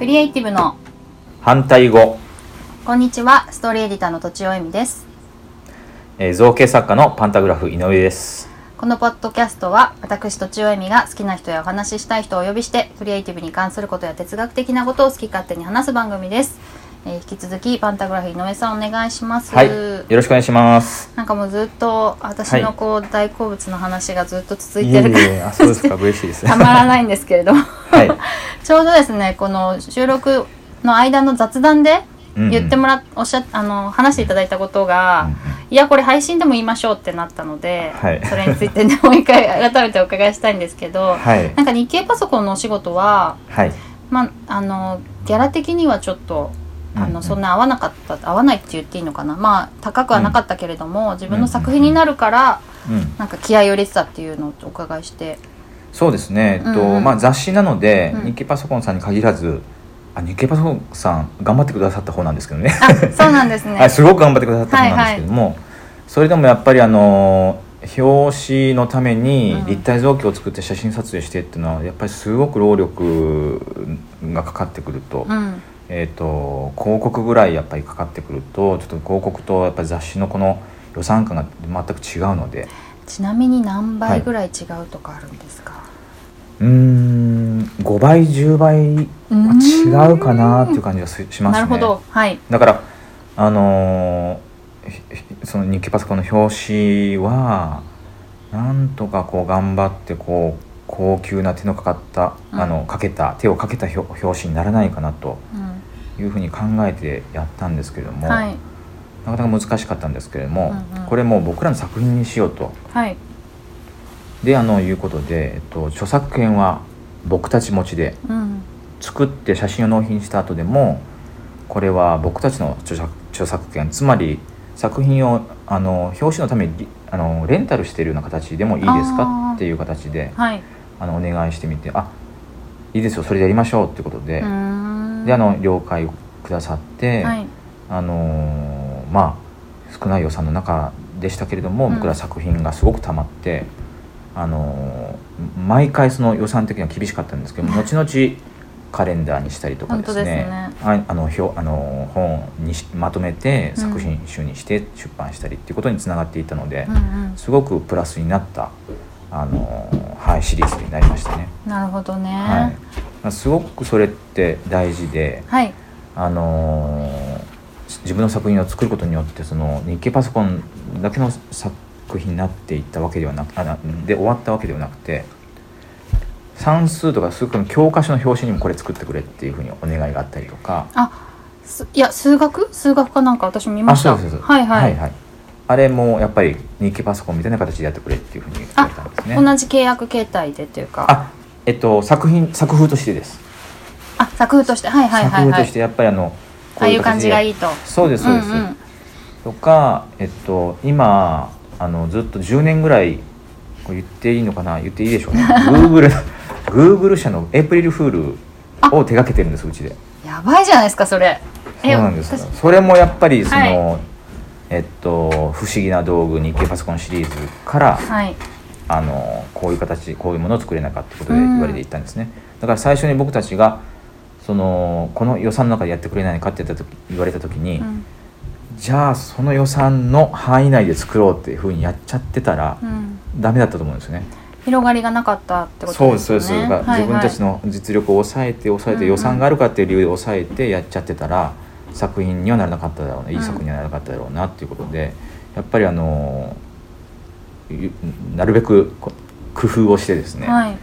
リエイティブの反対語、こんにちはストーリーエディターのとちおえみですえー造形作家のパンタグラフ井上です。このポッドキャストは私とちおえみが好きな人やお話ししたい人をお呼びしてクリエイティブに関することや哲学的なことを好き勝手に話す番組です、えー引き続きパンタグラフ井上さんお願いします、はい、よろしくお願いします。なんかもうずっと私のこう、大好物の話がずっと続いいてえるいからえ、あ、そうですか、嬉しいで す。たまらないんですけれど はい、 ちょうどですねこの収録の間の雑談でうん言ってもらっおっしゃあの話していただいたことが、うんうんいやこれ配信でも言いましょうってなったので、はいそれについてねもう一回改めてお伺いしたいんですけど、 はいな、んか日経パソコンのお仕事は、はい、まあ、あのギャラ的にはちょっとあうんうのんそんな合わなかった合わないって言っていいのかなまあ高くはなかったけれども、自分の作品になるから、うん、なんか気合いを入れてたっていうのをお伺い して、そうですね。えっと、うんうんまあ、雑誌なので、うん日経パソコンさんに限らず。あ、日経パソコンさん、頑張ってくださった方なんですけどね。あそうなんですね。はい、すごく頑張ってくださった方なんですけども、それでもやっぱりあの表紙のためにうん立体造形を作って写真撮影してっていうのはやっぱりすごく労力がかかってくると,、うんえー、と広告ぐらいやっぱりかかってくるとちょっと広告とやっぱり雑誌のこの予算感が全く違うのでちなみに何倍ぐらい違うとかあるんですか、うーん5倍10倍うーん違うかなっていう感じがすしますなね。るほどはいだからあのーひひその日記パソコンの表紙はなんとかこう頑張ってこう高級な手のかかった、うんあのかけた手をかけた表表紙にならないかなとういうふうに考えてやったんですけれどんも、はいなかなか難しかったんですけれども、うんうんこれもう僕らの作品にしようとはいであのいうことで、えっと、著作権は僕たち持ちでうん作って写真を納品した後でもこれは僕たちの著作著作権つまり作品をあの表紙のためにあのレンタルしているような形でもいいですあかーっていう形ではいあのお願いしてみてあいいですよそれでやりましょうってことで、うーんであの了解をくださって、はいあのーまあ少ない予算の中でしたけれども、うん僕ら作品がすごく溜まって、あのー毎回その予算的には厳しかったんですけど後々カレンダーにしたりとかですね本ああの表あのー本にしまとめてうん作品集にして出版したりっていうことにつながっていったのでうん、うんすごくプラスになった、あのーはい、シリーズになりましたね。なるほどねはいまあ、すごくそれって大事で、はいあのー自分の作品を作ることによってその日経パソコンだけの作品になっていったわけではなくあなで終わったわけではなくて算数とか数学の教科書の表紙にもこれ作ってくれっていうふうにお願いがあったりとかあすいや数学数学かなんか私も見ましたあそうですそうですはいはい、あれもやっぱり日経パソコンみたいな形でやってくれっていうふうに言われたんですね同じ契約形態でというかあえっと作品作風としてです、あ作風としてはいはいはい作は風といしてやっぱりあのああいう感じがいいいとそうですそうです、んんとか、えっと、今あのずっと10年ぐらいこう言っていいのかな言っていいでしょうね Google, Google 社のエイプリルフールを手掛けてるんですうちでやばいじゃないですかそれそうなんです私それもやっぱりその、はえっと「不思議な道具日経パソコン」シリーズからはいあのこういう形こういうものを作れなかったことでうん言われていったんですね、だから最初に僕たちがそのこの予算の中でやってくれないかって言った時言われた時に、うんじゃあその予算の範囲内で作ろうっていうふうにやっちゃってたらうんダメだったと思うんですよね。広がりがなかったってことそうでですすそうよでねす、だからはいはい自分たちの実力を抑えて抑えうんうてん予算があるかっていう理由で抑えてやっちゃってたら作品にはならなかっただろうないい作品にはならなかっただろうなっていうことでやっぱりあのゆなるべくこ工夫をしてですね、はい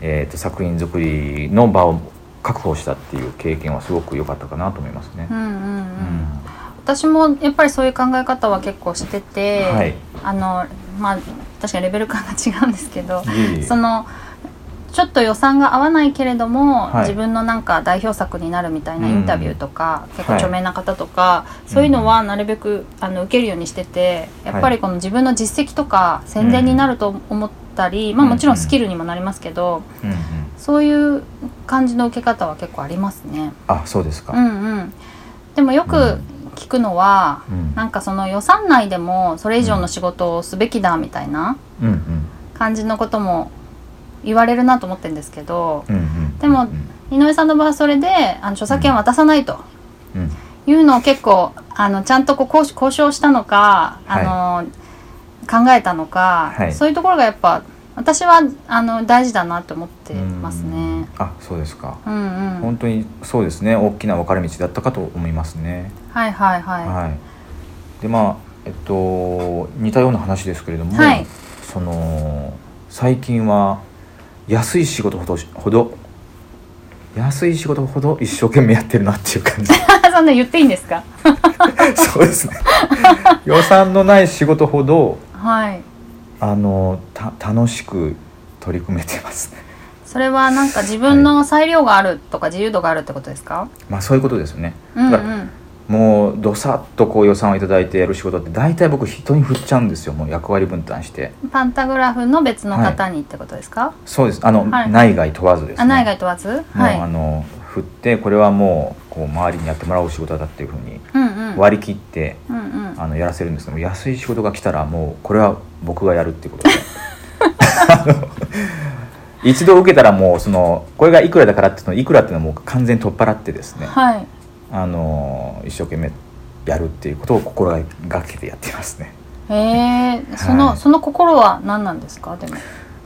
えー、と作品作りの場を確保したっていう経験はすごく良かったかなと思いますねう。んうんううん私もやっぱりそういう考え方は結構してて、はいあのまあ確かにレベル感が違うんですけど、いえいえそのちょっと予算が合わないけれども、はい自分のなんか代表作になるみたいなインタビューとか、結構はい著名な方とか、そういうのはなるべくあの受けるようにしててやっぱりこの自分の実績とか宣伝になると思ったり、まあ、もちろんスキルにもなりますけど、うんうん、そういう感じの受け方は結構ありますね。あそうですうか、んうん、でもよく聞くのは、うんなんかその予算内でもそれ以上の仕事をすべきだみたいなうんうん感じのことも言われるなと思ってるんですけどうんうんでもうん井上さんの場合はそれであの著作権を渡さないとうんいうのを結構あのちゃんとこう交渉交渉したのかあの、考えたのか、はいそういうところがやっぱ私はあの大事だなと思ってますね。あそうですか、うんうん、本当にそうですね大きな分かれ道だったかと思いますねはいはいはい。はいでまあえっと似たような話ですけれども、はいその最近は安い仕事ほどほど安い仕事ほど一生懸命やってるなっていう感 じ そんな言っていいんですか。そうですね予算のない仕事ほどはい。あのた楽しく取り組めてますねそれはなんか自分の裁量があるとか自由度があるってことですか。まあそういうことですよねうんうん。だからもうどさっとこう予算をいただいてやる仕事って大体僕人に振っちゃうんですよもう役割分担してパンタグラフの別の方にってことですか。そうですあの、はい内外問わずですねあ内外問わず。もう、はい。あの振ってこれはもうこう周りにやってもらう仕事だっていうふうにうんうん。割り切って、うんうん。あのやらせるんですけども安い仕事が来たらもうこれは僕がやるっていうこ とであの一度受けたらもうそのこれがいくらだからっていうのいくらっていうのはもう完全に取っ払ってですねはい。あの一生懸命やるっていうことを心がけてやってますね。へえその、はいその心は何なんですかでも。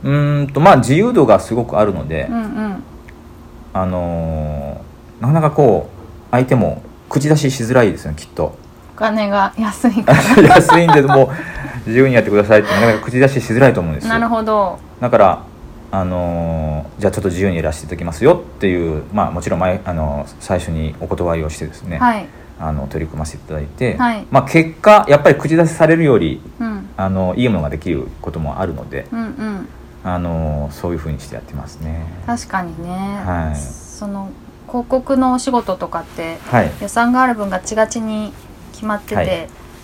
うーんとまあ自由度がすごくあるので、うんうん。あのーなかなかこう相手も口出ししづらいですよねきっと お金が安いから。安いんでもう自由にやってくださいってなかなか口出ししづらいと思うんですよなるほど。だから、あのーじゃあちょっと自由にやらせていただきますよっていう、まあ、もちろん前、あのー最初にお断りをしてですね、はい。あの取り組ませていただいて、はいまあ、結果やっぱり口出しされるより、うん。あのいいものができることもあるので、うんうん。あのーそういうふうにしてやってますね。確かにね。はいその広告のお仕事とかってはい、予算がある分ガチガチに決まってて、はい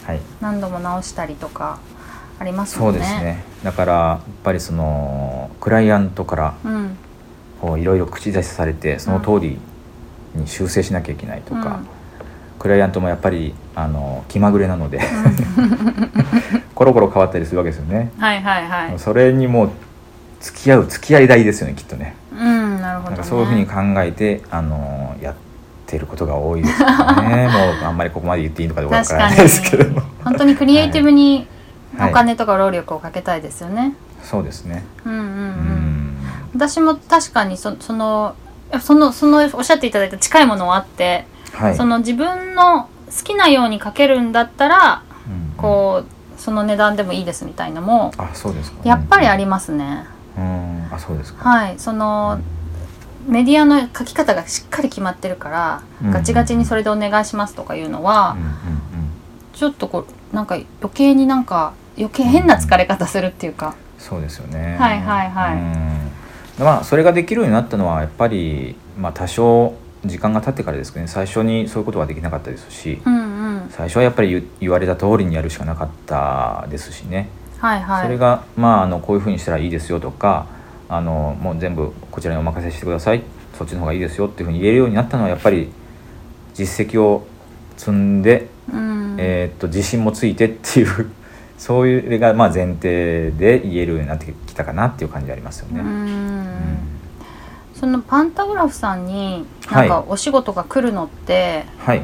はい何度も直したりとかありますそもうんね。ですね。だからやっぱりそのクライアントからうん。こういろいろ口出しされてその通りに修正しなきゃいけないとか、クライアントもやっぱりあの気まぐれなの でコロコロ変わったりするわけですよね。うん。はいはいはい。それにもう付き合う付き合い代ですよねきっとね。うん、なるほど、なんかね。そういうふうに考えてあのやってることが多いですよね。も うあんまりここまで言っていいのかどうかわからないですけども。本当にクリエイティブにはいお金とか労力をかけたいですよね。そうですね。うんうんう。うんん。私も確かにそそのいやそのそのおっしゃっていただいた近いものはあって、はい。その自分の好きなようにかけるんだったらうんこうその値段でもいいですみたいなのもあそうですかやっぱりありますね。うんあそうですかはい、そのメディアの書き方がしっかり決まってるから、うんガチガチにそれでお願いしますとかいうのはうん、うんうんちょっとこうなんか余計になんか余計変な疲れ方するっていうか、そうですよねはいはいはいうんまあそれができるようになったのはやっぱりまあ多少時間が経ってからですけどね最初にそういうことはできなかったですしうんうん、最初はやっぱり言言われた通りにやるしかなかったですしね、はいはい、それがまああのこういうふうにしたらいいですよとかあのもう全部こちらにお任せしてくださいそっちの方がいいですよっていうふうに言えるようになったのはやっぱり実績を積んでうん、えーっと自信もついてっていう そういうれがまあ前提で言えるようになってきたかなっていう感じありますようね。んうんそのパンタグラフさんになはんいかお仕事が来るのってはい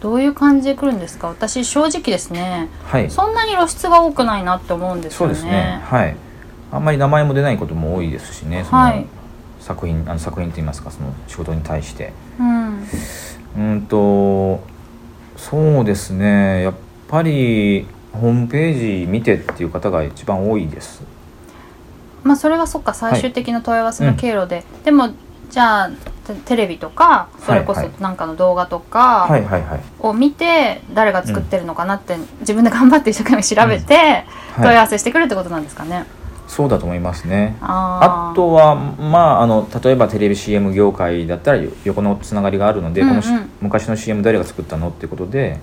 どういう感じで来るんですか私正直ですねはいそんなに露出が多くないなって思うんですそうよねですねはいあんまり名前も出ないことも多いですしねその、はい作品あの作品といいますかその仕事に対してうんうんとそうですねやっぱりホームページ見てっていう方が一番多いです。まあそれはそっか最終的な問い合わせの経路で、でもじゃあテテレビとかそれこそはいはなんかの動画とかはいはいはい。を見て誰が作ってるのかなって自分で頑張って一生懸命調べて問い合はい、わせしてくるってことなんですかね。そうだと思いますね。あーあとはまああの例えばテレビ CM 業界だったらよ横のつながりがあるので、このしうんうん昔の CM 誰が作ったのってことで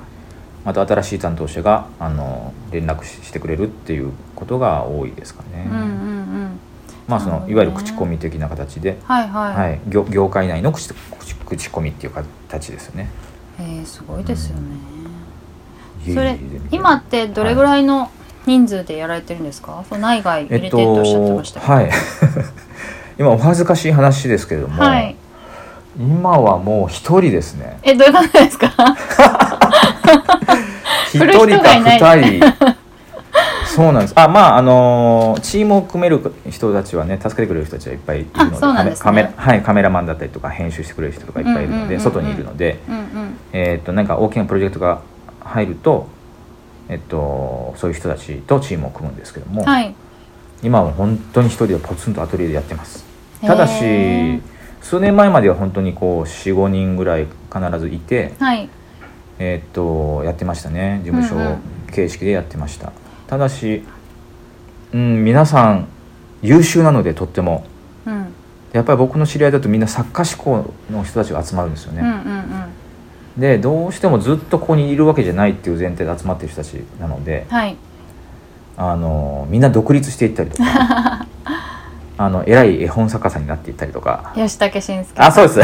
また新しい担当者があの連絡ししてくれるっていうことが多いですかね、うんうんうんまあそなるほどのねいわゆる口コミ的な形で、はいはい、はい、業業界内の口口口コミっていう形ですよね。えーすごいですよね。いえいえそれ全然今ってどれぐらいの人数でやられてるんですか、そう内外入れて とおっしゃってましたけど、はい今お恥ずかしい話ですけれども、はい今はもう一人ですねえどういうことですか一振る人人がいないか二人そうなんですあまああのーチームを組める人たちはね助けてくれる人たちはいっぱいいるのであそうなんですねカメカメはい、カメラマンだったりとか編集してくれる人とかいっぱいいるので、うんうんうんうん外にいるので、うん うんえーっとなんか大きなプロジェクトが入ると、えっと、そういう人たちとチームを組むんですけども、はい今は本当に一人でポツンとアトリエでやってますたへだーし数年前までは本当にこう45人ぐらい必ずいて、はいえーっとやってましたね事務うんう所形式でやってました、ただし、うん、皆さん優秀なのでとってもうんやっぱり僕の知り合いだとみんな作家志向の人たちが集まるんですようんうんね、でどうしてもずっとここにいるわけじゃないっていう前提で集まってる人たちなのでうんはいあのみんな独立していったりとか あの偉い絵本作家さんになっていったりとか吉武慎介あそうです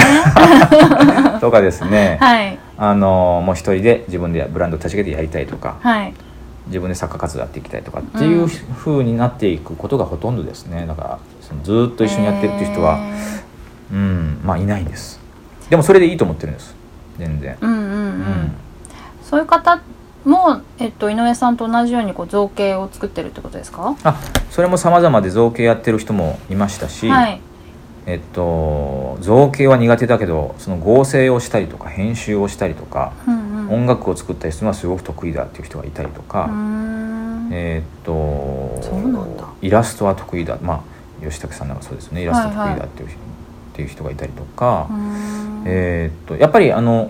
とかですね、はいあのもう一人で自分でブランド立ち上げてやりたいとかはい自分で作家活動やっていきたいとかっていうふうになっていくことがほとんどですねだからそのずっと一緒にやってるっていう人は、うんまあいないんですでもそれでいいと思ってるんです全然、うんうんう、うんそういう方も、えっと、井上さんと同じようにこう造形を作ってるってことですかあそれも様々で造形やってる人もいましたし、はいえっと、造形は苦手だけどその合成をしたりとか編集をしたりとか、うんうん音楽を作ったりするのはすごく得意だっていう人がいたりとうーか、んえっとそうなんだイラストは得意だまあ吉武さんなんかそうですねイラスト得意だっていう,、っていう人がいたりとか、うーんえっとやっぱりあの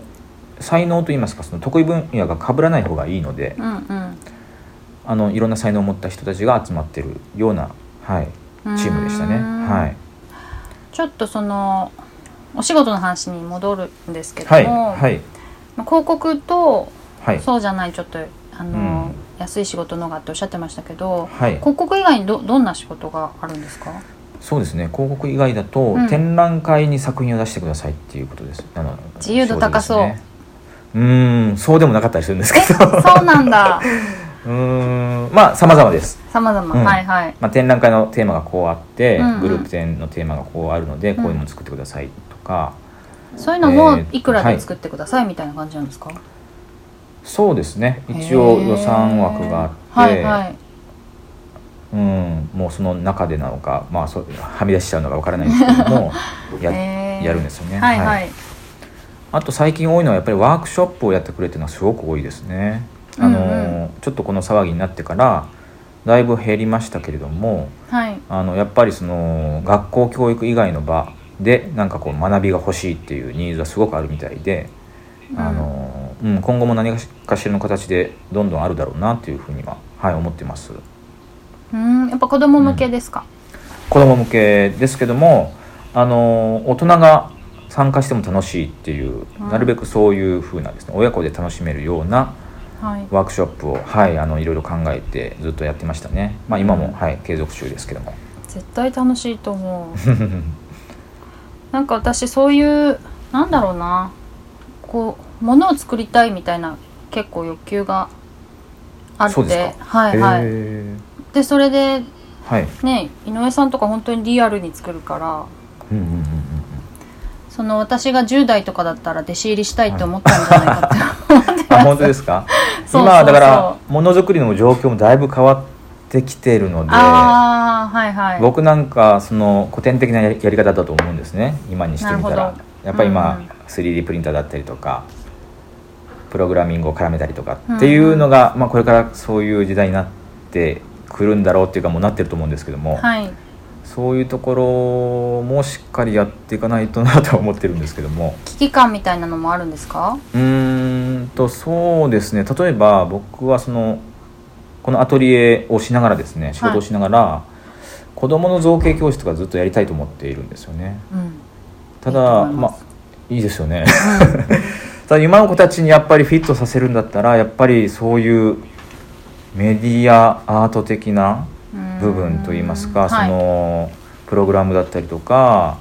才能といいますかその得意分野が被らない方がいいので、うんうんあのいろんな才能を持った人たちが集まってるような、はい、チームでしたね。うーんはいちょっとそのお仕事の話に戻るんですけども、はいはいまあ広告とはいそうじゃないちょっとあの、うん安い仕事のがっておっしゃってましたけどはい、広告以外にどどんな仕事があるんですかそうですね広告以外だと、ん展覧会に作品を出してくださいっていうことですあの自由度高そう仕事ですねうーんそうでもなかったりするんですけえどそうなんだうーんまあ様々です、さまざまうんはいはいまあ、展覧会のテーマがこうあって、うんうんグループ展のテーマがこうあるので、こういうもの作ってくださいとかそういうのもえーいくらはでい作ってくださいみたいな感じなんですか、そうですね一応へー予算枠があって、はいはいうん、もうその中でなのか、まあ、そうはみ出しちゃうのかわからないんですけども や,、へーやるんですよね。はいはい、あと最近多いのはやっぱりワークショップをやってくれっていうのはすごく多いですね。あのうんちょっとこの騒ぎになってからだいぶ減りましたけれどもはいあのやっぱりその学校教育以外の場でなんかこう学びが欲しいっていうニーズはすごくあるみたいで、あのうん、今後も何かしらの形でどんどんあるだろうなというふうには、はい、思ってます。うんやっぱ子供向けですか、子ども向けですけどもあの大人が参加しても楽しいっていううんなるべくそういうふうなですね親子で楽しめるようなはいワークショップを、はい、あのいろいろ考えてずっとやってましたね、まあ、今も、はい、継続中ですけども絶対楽しいと思うなんか私そういうなんだろうなこうものを作りたいみたいな結構欲求があってそうですかはいはいへーでそれではいね井上さんとか本当にリアルに作るからうんうんうんうんその私が10代とかだったら弟子入りしたいって思ったんじゃないかって思ってあます本当ですか そうそうそう 今はだからものづくりの状況もだいぶ変わってきているのでああはいはい僕なんかその古典的なやりやり方だと思うんですね今にしてみなたるらほどやっぱり今、うんうん 3D プリンターだったりとかプログラミングを絡めたりとかっていうのが、まあ、これからそういう時代になってくるんだろうっていうかもうなってると思うんですけども、はいそういうところもしっかりやっていかないとなとは思ってるんですけども危機感みたいなのもあるんですかうーんとそうですね例えば僕はそのこのアトリエをしながらですね仕事をしながら、子どもの造形教室とかずっとやりたいと思っているんですよね。うんただいいと思いままあいいですよね ただ今の子たちにやっぱりフィットさせるんだったらやっぱりそういうメディアアート的な部分といいますうか、んそのプログラムだったりとか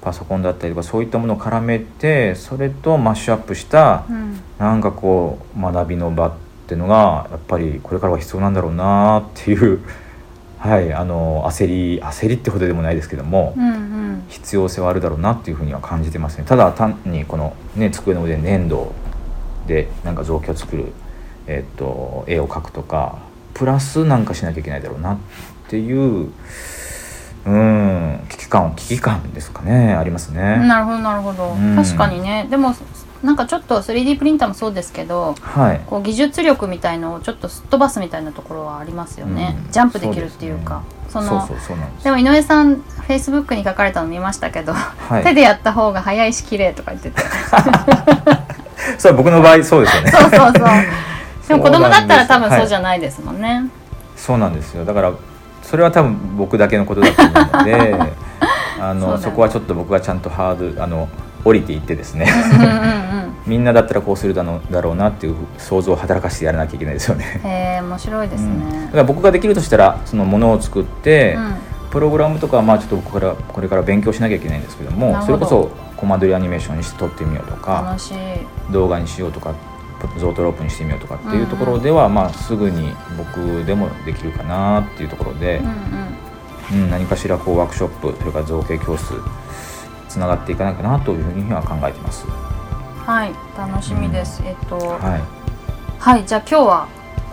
パソコンだったりとかそういったものを絡めてそれとマッシュアップしたはいうんなんかこう学びの場っていうのがやっぱりこれからは必要なんだろうなっていう はいあの焦り焦りってほどでもないですけども、うんうん必要性はあるだろうなっていうふうには感じてますねただ単にこの、ね、机の上で粘土でなんか造形を作る、えっと絵を描くとかプラスなんかしなきゃいけないだろうなっていううん危機感危機感ですかねありますね。なるほどなるほど、うん確かにねでもなんかちょっと 3D プリンターもそうですけどはいこう技術力みたいのをちょっとすっ飛ばすみたいなところはありますよね、うんジャンプできるっていうかそそうですねのそうそうそうなんですでも井上さんフェイスブックに書かれたの見ましたけど、は手いでやった方が早いし綺麗とか言って てそれは僕の場合そうですよねそうそうそうでも子供だったら多分そうじなゃいないですもんね、そうなんですよだからそれは多分僕だけのことだと思う のであそうだのよそ,、ねこはちょっと僕がちゃんとハードあの降りていって ですねうんうんうんみんなだったらこうするだのだろうなっていう想像を働かせてやらなきゃいけないですよね。へえ面白いですうんだねか。ら僕ができるとしたらそのものを作って、うプログラムとかはまあちょっと僕からこれから勉強しなきゃいけないんですけどなもるそほれどこそコマ撮りアニメーションにして撮ってみようとん、か楽しい。動画にしようとかゾートロープにしてみようとかっていうところでは、まあすぐに僕でもできるかなっていうところで。うんうん、何かしらこうワークショップそれから造形教室つながっていかないかなというふうには考えてます。はうん、はい楽しみです。えっとはい、い、じゃあ今日は、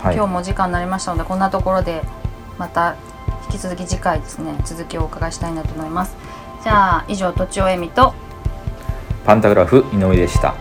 はい、今日もお時間になりましたのでこんなところでまた引き続き次回ですね続きをお伺いしたいなと思います。じゃあ以上とちおえみとパンタグラフ井上でした。